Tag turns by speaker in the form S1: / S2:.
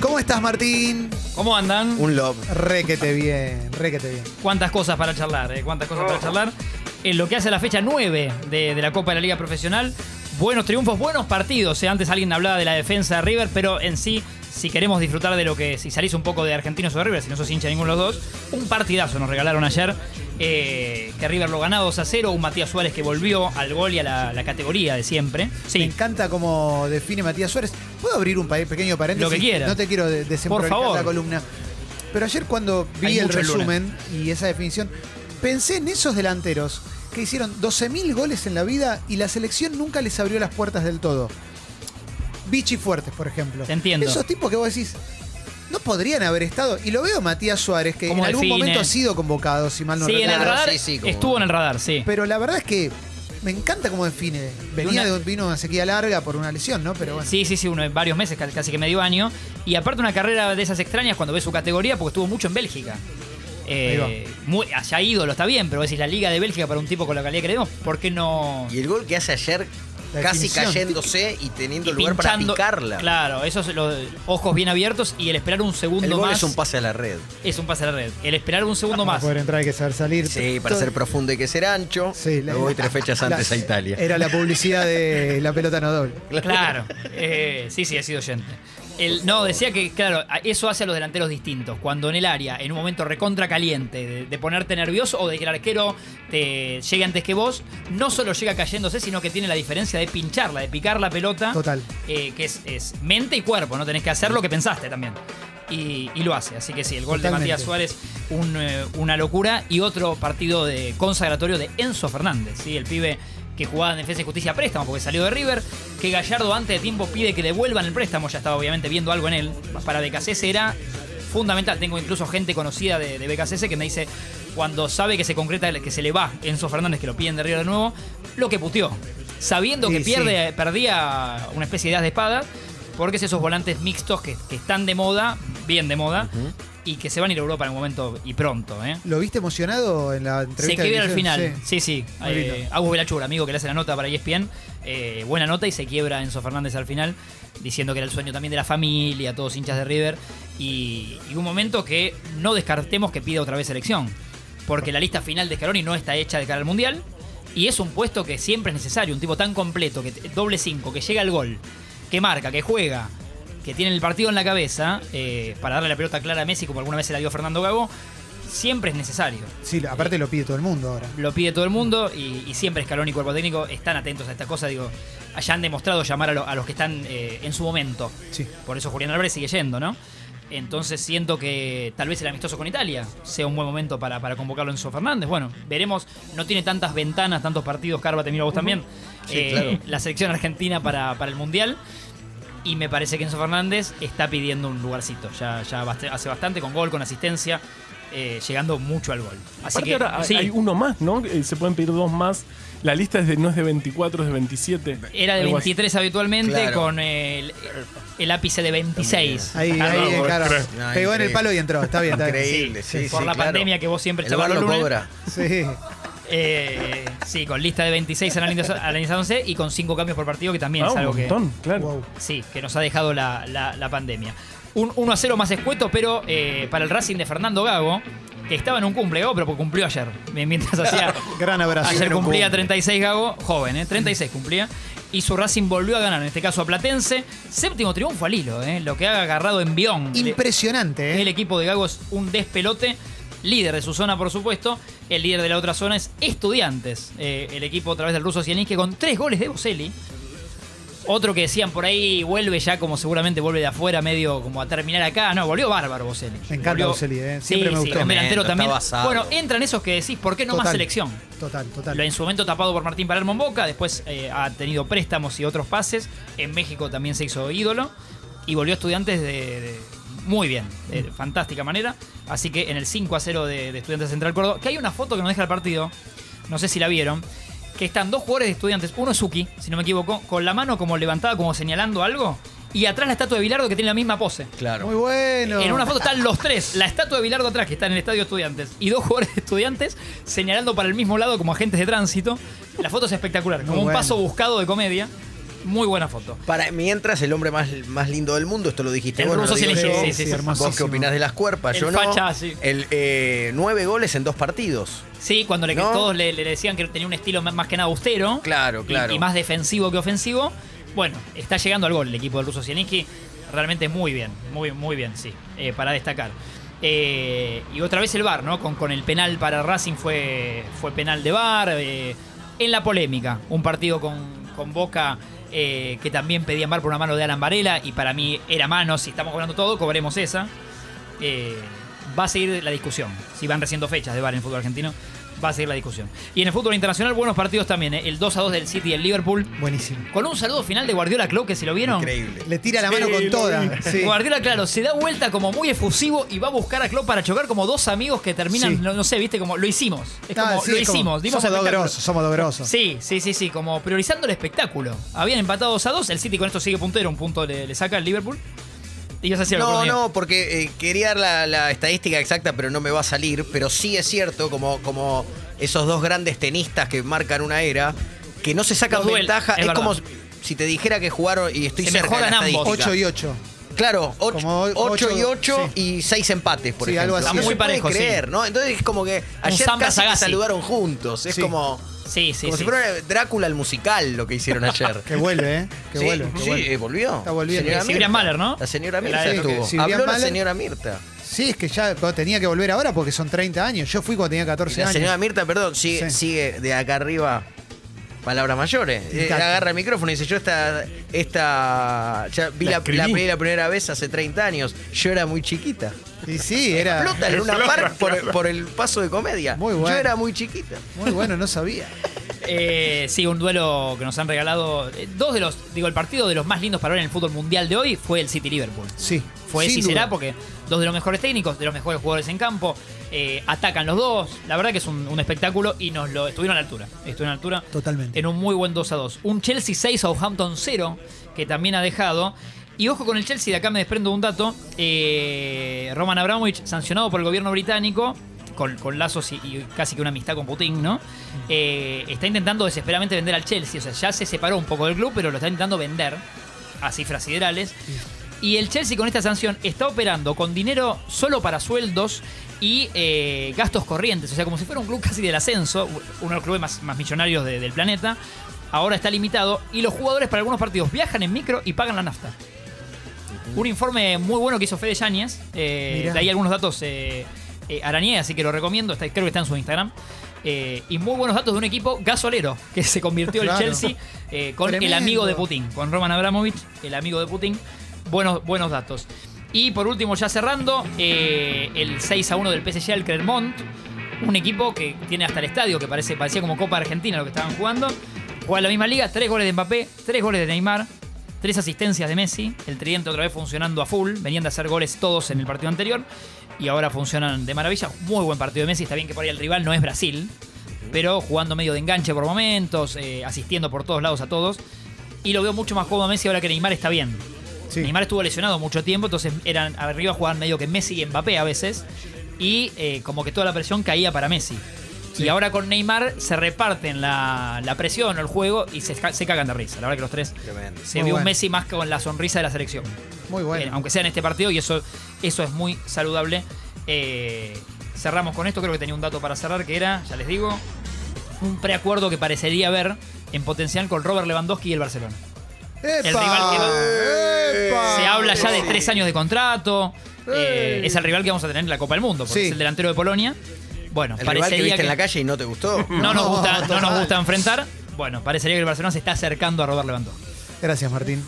S1: ¿Cómo estás, Martín?
S2: ¿Cómo andan?
S1: Un love.
S3: Requete bien, requete bien.
S2: Cuántas cosas para charlar, eh? cuántas cosas para charlar. En lo que hace a la fecha 9 de, de la Copa de la Liga Profesional, buenos triunfos, buenos partidos. eh. Antes alguien hablaba de la defensa de River, pero en sí, si queremos disfrutar de lo que, si salís un poco de Argentinos o de River, si no sos hincha de ninguno de los dos, un partidazo nos regalaron ayer, eh, que River lo ganaba 2 a 0, un Matías Suárez que volvió al gol y a la, la categoría de siempre.
S3: Me
S2: Sí,
S3: encanta cómo define Matías Suárez. ¿Puedo abrir un pa- pequeño paréntesis?
S2: Lo que quiera.
S3: No te quiero de- desembrocar
S2: Por favor.
S3: la columna. Pero ayer cuando vi
S2: Hay
S3: el
S2: mucho el
S3: resumen y esa definición, pensé en esos delanteros que hicieron 12.000 goles en la vida y la selección nunca les abrió las puertas del todo. Vichy Fuertes, por ejemplo.
S2: Te entiendo.
S3: Esos tipos que vos decís, no podrían haber estado. Y lo veo a Matías Suárez, que en
S2: ¿Cómo
S3: algún
S2: define?
S3: momento ha sido convocado, si mal no
S2: sí en el
S3: recuerdo.
S2: radar,
S4: sí, sí, como-
S2: estuvo en el radar, sí.
S3: Pero la verdad es que me encanta cómo define. Venía
S2: Una-
S3: de un, vino una sequía larga por una lesión, ¿no? Pero bueno.
S2: Eh, Sí, sí, sí, uno, varios meses, ca- casi que medio año. Y aparte una carrera de esas extrañas cuando ves su categoría, porque estuvo mucho en Bélgica. Eh, muy, haya ídolo, está bien, pero decís la Liga de Bélgica para un tipo con la calidad que le vemos, ¿por qué no...?
S4: Y el gol que hace ayer,
S3: La
S4: casi
S3: definición.
S4: cayéndose y teniendo
S2: y
S4: lugar para
S2: pinchando-
S4: picarla.
S2: Claro, esos los ojos bien abiertos y el esperar un segundo
S4: El gol
S2: más
S4: es un pase a la red.
S2: es un pase a la red. El esperar un segundo
S3: Para
S2: más.
S3: poder entrar hay que saber salir.
S4: Sí, para
S3: Todo-
S4: ser profundo hay que ser ancho.
S3: Sí, la-
S4: Me voy tres fechas
S3: la-
S4: antes a Italia.
S3: Era la publicidad de la pelota no doble.
S2: Claro. Eh, sí, sí, he sido oyente. El- no, decía que, claro, a- eso hace a los delanteros distintos. Cuando en el área, en un momento recontra caliente, de, de ponerte nervioso o de que el arquero te llegue antes que vos, no solo llega cayéndose, sino que tiene la diferencia de pincharla, de picar la pelota.
S3: Total.
S2: eh, que es, es mente y cuerpo, ¿no? Tenés que hacer lo que pensaste también. Y, y lo hace. Así que sí, el gol
S3: Totalmente.
S2: de Matías Suárez, un, eh, una locura. Y otro partido de consagratorio de Enzo Fernández, ¿sí? El pibe que jugaba en Defensa y Justicia a préstamo porque salió de River. Que Gallardo antes de tiempo pide que devuelvan el préstamo. Ya estaba obviamente viendo algo en él. Para BKCS era fundamental. Tengo incluso gente conocida de, de BKCS que me dice cuando sabe que se concreta, el- que se le va Enzo Fernández, que lo piden de River de nuevo, lo que puteó. Sabiendo que
S3: Sí,
S2: pierde
S3: sí.
S2: eh, perdía una especie de as de espada, porque es esos volantes mixtos que, que están de moda, bien de moda, y que se van a ir a Europa en un momento y pronto. ¿eh?
S3: ¿Lo viste emocionado en la
S2: Se
S3: entrevista? que
S2: quiebra al
S3: le
S2: final.
S3: hicieron? Sí.
S2: Sí, sí.
S3: Muy
S2: Eh,
S3: lindo.
S2: Agus Belachur, amigo que le hace la nota para E ESPN, eh, buena nota y se quiebra Enzo Fernández al final, diciendo que era el sueño también de la familia, todos hinchas de River, y, y un momento que no descartemos que pida otra vez selección, porque la lista final de Scaloni no está hecha de cara al Mundial, y es un puesto que siempre es necesario, un tipo tan completo, que doble 5, que llega al gol, que marca, que juega, que tiene el partido en la cabeza, eh, para darle la pelota clara a Messi, como alguna vez se la dio Fernando Gago, siempre es necesario
S3: Sí, aparte lo pide todo el mundo ahora.
S2: lo pide todo el mundo y, y siempre Escalón y Cuerpo Técnico están atentos a esta cosa. Digo, allá han demostrado llamar a, lo- a los que están eh, en su momento.
S3: Sí.
S2: Por eso Julián Álvarez sigue yendo, ¿no? Entonces siento que tal vez el amistoso con Italia sea un buen momento para, para convocarlo Enzo Fernández. Bueno, veremos. No tiene tantas ventanas, tantos partidos. Carva, te miro a vos también. Eh,
S4: claro.
S2: La selección argentina para, para el Mundial. Y me parece que Enzo Fernández está pidiendo un lugarcito. Ya, ya bast- hace bastante con gol, con asistencia, eh, llegando mucho al gol. Así
S5: Aparte
S2: que
S5: ahora hay-
S2: sí.
S5: hay uno más, ¿no? Eh, Se pueden pedir dos más. La lista es de, no es de 24, es de 27.
S2: Era de
S5: Algo así.
S2: 23 habitualmente
S4: Claro.
S2: con el, el ápice de 26.
S3: Ahí,
S2: Ah,
S3: ahí,
S5: no,
S3: claro.
S5: creo.
S4: No,
S3: Pegó en
S4: increíble.
S3: el palo y entró. Está bien, está bien.
S4: Increíble, sí, sí,
S2: por la
S4: claro.
S2: pandemia que vos siempre
S4: El bar
S2: chabas
S4: lo
S2: los lunes.
S4: cobra.
S3: Sí.
S2: Eh, sí, con lista de 26 analiza- analizándose y con 5 cambios por partido que también
S5: Ah,
S2: es
S5: un
S2: algo que,
S5: montón, claro.
S3: Wow.
S2: sí, que nos ha dejado la, la- la pandemia. Un 1 a 0 más escueto, pero eh, para el Racing de Fernando Gago, que estaba en un cumple, Gago, pero porque cumplió ayer. Mientras hacía
S3: Gran abrazo.
S2: Ayer
S3: Pero
S2: cumplía
S3: cumple.
S2: 36 Gago, joven, ¿eh? 36 cumplía. Y su Racing volvió a ganar, en este caso a Platense. Séptimo triunfo al hilo, ¿eh? lo que ha agarrado en Bion.
S3: Impresionante, ¿eh?
S2: El equipo de Gago es un despelote. Líder de su zona, por supuesto. El líder de la otra zona es Estudiantes. eh, el equipo otra vez del ruso que con tres goles de Boselli. Otro que decían por ahí vuelve ya como seguramente vuelve de afuera, medio como a terminar acá. No, volvió bárbaro Boselli.
S3: Me encanta
S2: Volvió-
S3: Boselli, eh, siempre
S2: Sí,
S3: me
S2: sí,
S3: gustó.
S2: un delantero
S4: Tremendo,
S2: también.
S4: está basado.
S2: Bueno, entran esos que decís, ¿por qué no más
S3: Total.
S2: selección?
S3: Total, total.
S2: Lo en su momento tapado por Martín Palermo en Boca, después eh, ha tenido préstamos y otros pases. En México también se hizo ídolo y volvió a Estudiantes de, de- muy bien, de fantástica manera. Así que en el 5 a 0 de, de Estudiantes de Central Córdoba, que hay una foto que nos deja el partido, no sé si la vieron, que están dos jugadores de Estudiantes, uno es Suki, si no me equivoco, con la mano como levantada, como señalando algo, y atrás la estatua de Bilardo que tiene la misma pose.
S4: Claro.
S3: Muy bueno.
S2: En una foto están los tres, la estatua de Bilardo atrás, que está en el estadio de Estudiantes, y dos jugadores de Estudiantes señalando para el mismo lado como agentes de tránsito. La foto es espectacular, como un
S3: bueno.
S2: paso buscado de comedia. Muy buena foto.
S4: Para, mientras el hombre más, más lindo del mundo, esto lo dijiste
S2: El
S4: vos, no
S2: ruso
S4: lo digo
S2: Zelensky, sí,
S4: yo.
S2: sí, sí.
S4: Vos qué
S3: Hermosísimo.
S4: opinás de las cuerpas,
S2: El
S4: yo no.
S2: facha, sí.
S4: El, eh, nueve goles en dos partidos.
S2: Sí, cuando le,
S4: ¿No?
S2: todos le, le decían que tenía un estilo más- más que nada austero.
S4: Claro,
S2: y-
S4: claro.
S2: Y, más defensivo que ofensivo. Bueno, está llegando al gol el equipo del ruso Zielinski. Realmente muy bien, muy, muy bien, sí, eh, para destacar. Eh, y otra vez el VAR, ¿no? Con, con el penal para Racing fue, fue penal de VAR. eh, en la polémica, un partido con, con Boca eh, que también pedían VAR por una mano de Alan Varela y para mí era mano, si estamos cobrando todo, cobremos esa. Eh, va a seguir la discusión. Si van reciendo fechas de VAR en el fútbol argentino, va a seguir la discusión. Y en el fútbol internacional, buenos partidos también. ¿eh? El 2 a 2 del City y el Liverpool.
S3: Buenísimo.
S2: Con un saludo final de Guardiola Club, que si lo vieron.
S4: Increíble.
S3: Le tira la mano
S5: Sí,
S3: con
S5: lo
S3: toda.
S5: vi.
S3: Sí.
S2: Guardiola, claro, se da vuelta como muy efusivo y va a buscar a Klopp para chocar como dos amigos que terminan,
S3: Sí.
S2: no, no sé, viste, como lo hicimos. Es
S3: Ah,
S2: como,
S3: sí,
S2: lo
S3: es como,
S2: hicimos, dimos
S3: somos
S2: espectáculo.
S3: dogrosos, somos dogrosos.
S2: Sí, sí, sí, sí, como priorizando el espectáculo. Habían empatado 2 a 2, el City con esto sigue puntero, un punto le, le saca al Liverpool. Y ya se hacía la
S4: No,
S2: oportunidad.
S4: no, porque eh, quería la, la estadística exacta, pero no me va a salir. Pero sí es cierto, como, como esos dos grandes tenistas que marcan una era, que no se sacan
S2: Los duel-
S4: ventaja.
S2: es
S4: Es,
S2: verdad.
S4: como si te dijera que jugaron y estoy
S2: Se
S4: cerca de la
S2: mejoran ambos.
S4: estadística.
S3: 8 y 8.
S4: Claro,
S3: Como
S4: 8,
S3: o- ocho,
S4: y 8
S3: sí.
S4: y 6 empates, por
S3: Sí,
S4: ejemplo.
S3: algo así.
S4: No
S3: Muy
S4: se puede
S2: parejo, sí.
S4: creer, ¿no? Entonces es como que ayer
S2: Samba
S4: casi que
S2: Sagasti.
S4: saludaron juntos. Es
S3: Sí.
S4: como,
S2: Sí, sí,
S4: como
S2: sí.
S4: si fuera Drácula el musical lo que hicieron ayer.
S3: Que vuelve, ¿eh? Que
S4: sí,
S3: vuelve. que
S4: sí,
S3: vuelve.
S4: eh, volvió.
S3: Está volviendo.
S4: Señora
S2: Eh, Silvia
S4: Mirta.
S2: Mahler, ¿no?
S4: La
S2: La
S4: señora Mirta
S2: de-
S4: estuvo.
S3: Silvia
S4: Habló la
S3: Mahler.
S4: señora Mirta.
S3: Sí, es que ya bueno, tenía que volver ahora porque son 30 años. Yo fui cuando tenía
S4: Y
S3: 14
S4: la
S3: años.
S4: señora Mirta, perdón, sigue,
S3: Sí.
S4: sigue de acá arriba palabras mayores. Eh,
S3: Intacto.
S4: agarra el micrófono y dice, yo esta, esta ya vi
S5: La
S4: la,
S5: escribí.
S4: la peli la primera vez hace 30 años. Yo era muy chiquita.
S3: Y sí, era
S4: Explota en una par por, por el paso de comedia.
S3: Ah. Muy bueno.
S4: Yo era muy chiquita.
S3: muy bueno, no sabía.
S2: Eh, sí, un duelo que nos han regalado. eh, dos de los, digo, el partido de los más lindos para ver en el fútbol mundial de hoy fue el City Liverpool.
S3: Sí.
S2: Fue
S3: sin
S2: si
S3: duda.
S2: será, porque dos de los mejores técnicos, de los mejores jugadores en campo, eh, atacan los dos. La verdad que es un, un espectáculo y nos lo estuvieron a la altura. Estuvieron a la altura.
S3: Totalmente.
S2: En un muy buen 2 a 2. Un Chelsea 6 Southampton 0, que también ha dejado. Y ojo con el Chelsea, de acá me desprendo un dato. eh, Roman Abramovich, sancionado por el gobierno británico, con, con lazos y, y casi que una amistad con Putin, ¿no? Eh, está intentando desesperadamente vender al Chelsea. O sea, ya se separó un poco del club, pero lo está intentando vender a cifras siderales. Y el Chelsea con esta sanción está operando con dinero solo para sueldos y eh, gastos corrientes. O sea, como si fuera un club casi del ascenso, uno de los clubes más, más millonarios de- del planeta. Ahora está limitado y los jugadores para algunos partidos viajan en micro y pagan la nafta. Un informe muy bueno que hizo Fede Yáñez. eh,
S3: Mirá.
S2: de ahí algunos datos eh, eh, Arañé, así que lo recomiendo. Está, creo que está en su Instagram. Eh, y muy buenos datos de un equipo gasolero que se convirtió el
S3: Claro.
S2: Chelsea eh, con
S3: Tremendo.
S2: el amigo de Putin, con Roman Abramovich, el amigo de Putin. Buenos, buenos datos. Y por último, ya cerrando, eh, el 6 a 1 del PSG al Clermont. Un equipo que tiene hasta el estadio, que parece, parecía como Copa Argentina lo que estaban jugando. Juega en la misma liga, tres goles de Mbappé, tres goles de Neymar, tres asistencias de Messi. El tridente otra vez funcionando a full. Venían de hacer goles todos en el partido anterior. Y ahora funcionan de maravilla. Muy buen partido de Messi. Está bien que por ahí el rival no es Brasil pero jugando medio de enganche por momentos, eh, asistiendo por todos lados a todos. Y lo veo mucho más cómodo a Messi ahora que Neymar está bien.
S3: Sí.
S2: Neymar estuvo lesionado mucho tiempo, entonces eran arriba jugaban medio que Messi y Mbappé a veces. Y eh, como que toda la presión caía para Messi. Y ahora con Neymar se reparten la, la presión o el juego y se, ca- se cagan de risa. La verdad que los tres
S4: Tremendo.
S2: se
S3: Muy
S2: vio un
S3: bueno.
S2: Messi más con la sonrisa de la selección.
S3: Muy
S2: Eh,
S3: bueno.
S2: aunque sea en este partido, y eso, eso es muy saludable. Eh, cerramos con esto, creo que tenía un dato para cerrar, que era, ya les digo, un preacuerdo que parecería haber en potencial con Robert Lewandowski y el Barcelona. el rival que va-
S3: ¡Epa!
S4: Ah,
S2: Se habla ya de tres años de contrato, eh,
S3: ¡Ey!
S2: es el rival que vamos a tener en la Copa del Mundo, porque
S3: Sí.
S2: es el delantero de Polonia. Bueno,
S4: El rival
S2: parecería
S4: que viste en
S2: que-
S4: la calle y no te gustó.
S2: no, nos
S3: No,
S2: gusta, no nos
S3: total.
S2: gusta enfrentar. Bueno, parecería que el Barcelona se está acercando a Robert Lewandowski.
S3: Gracias, Martín.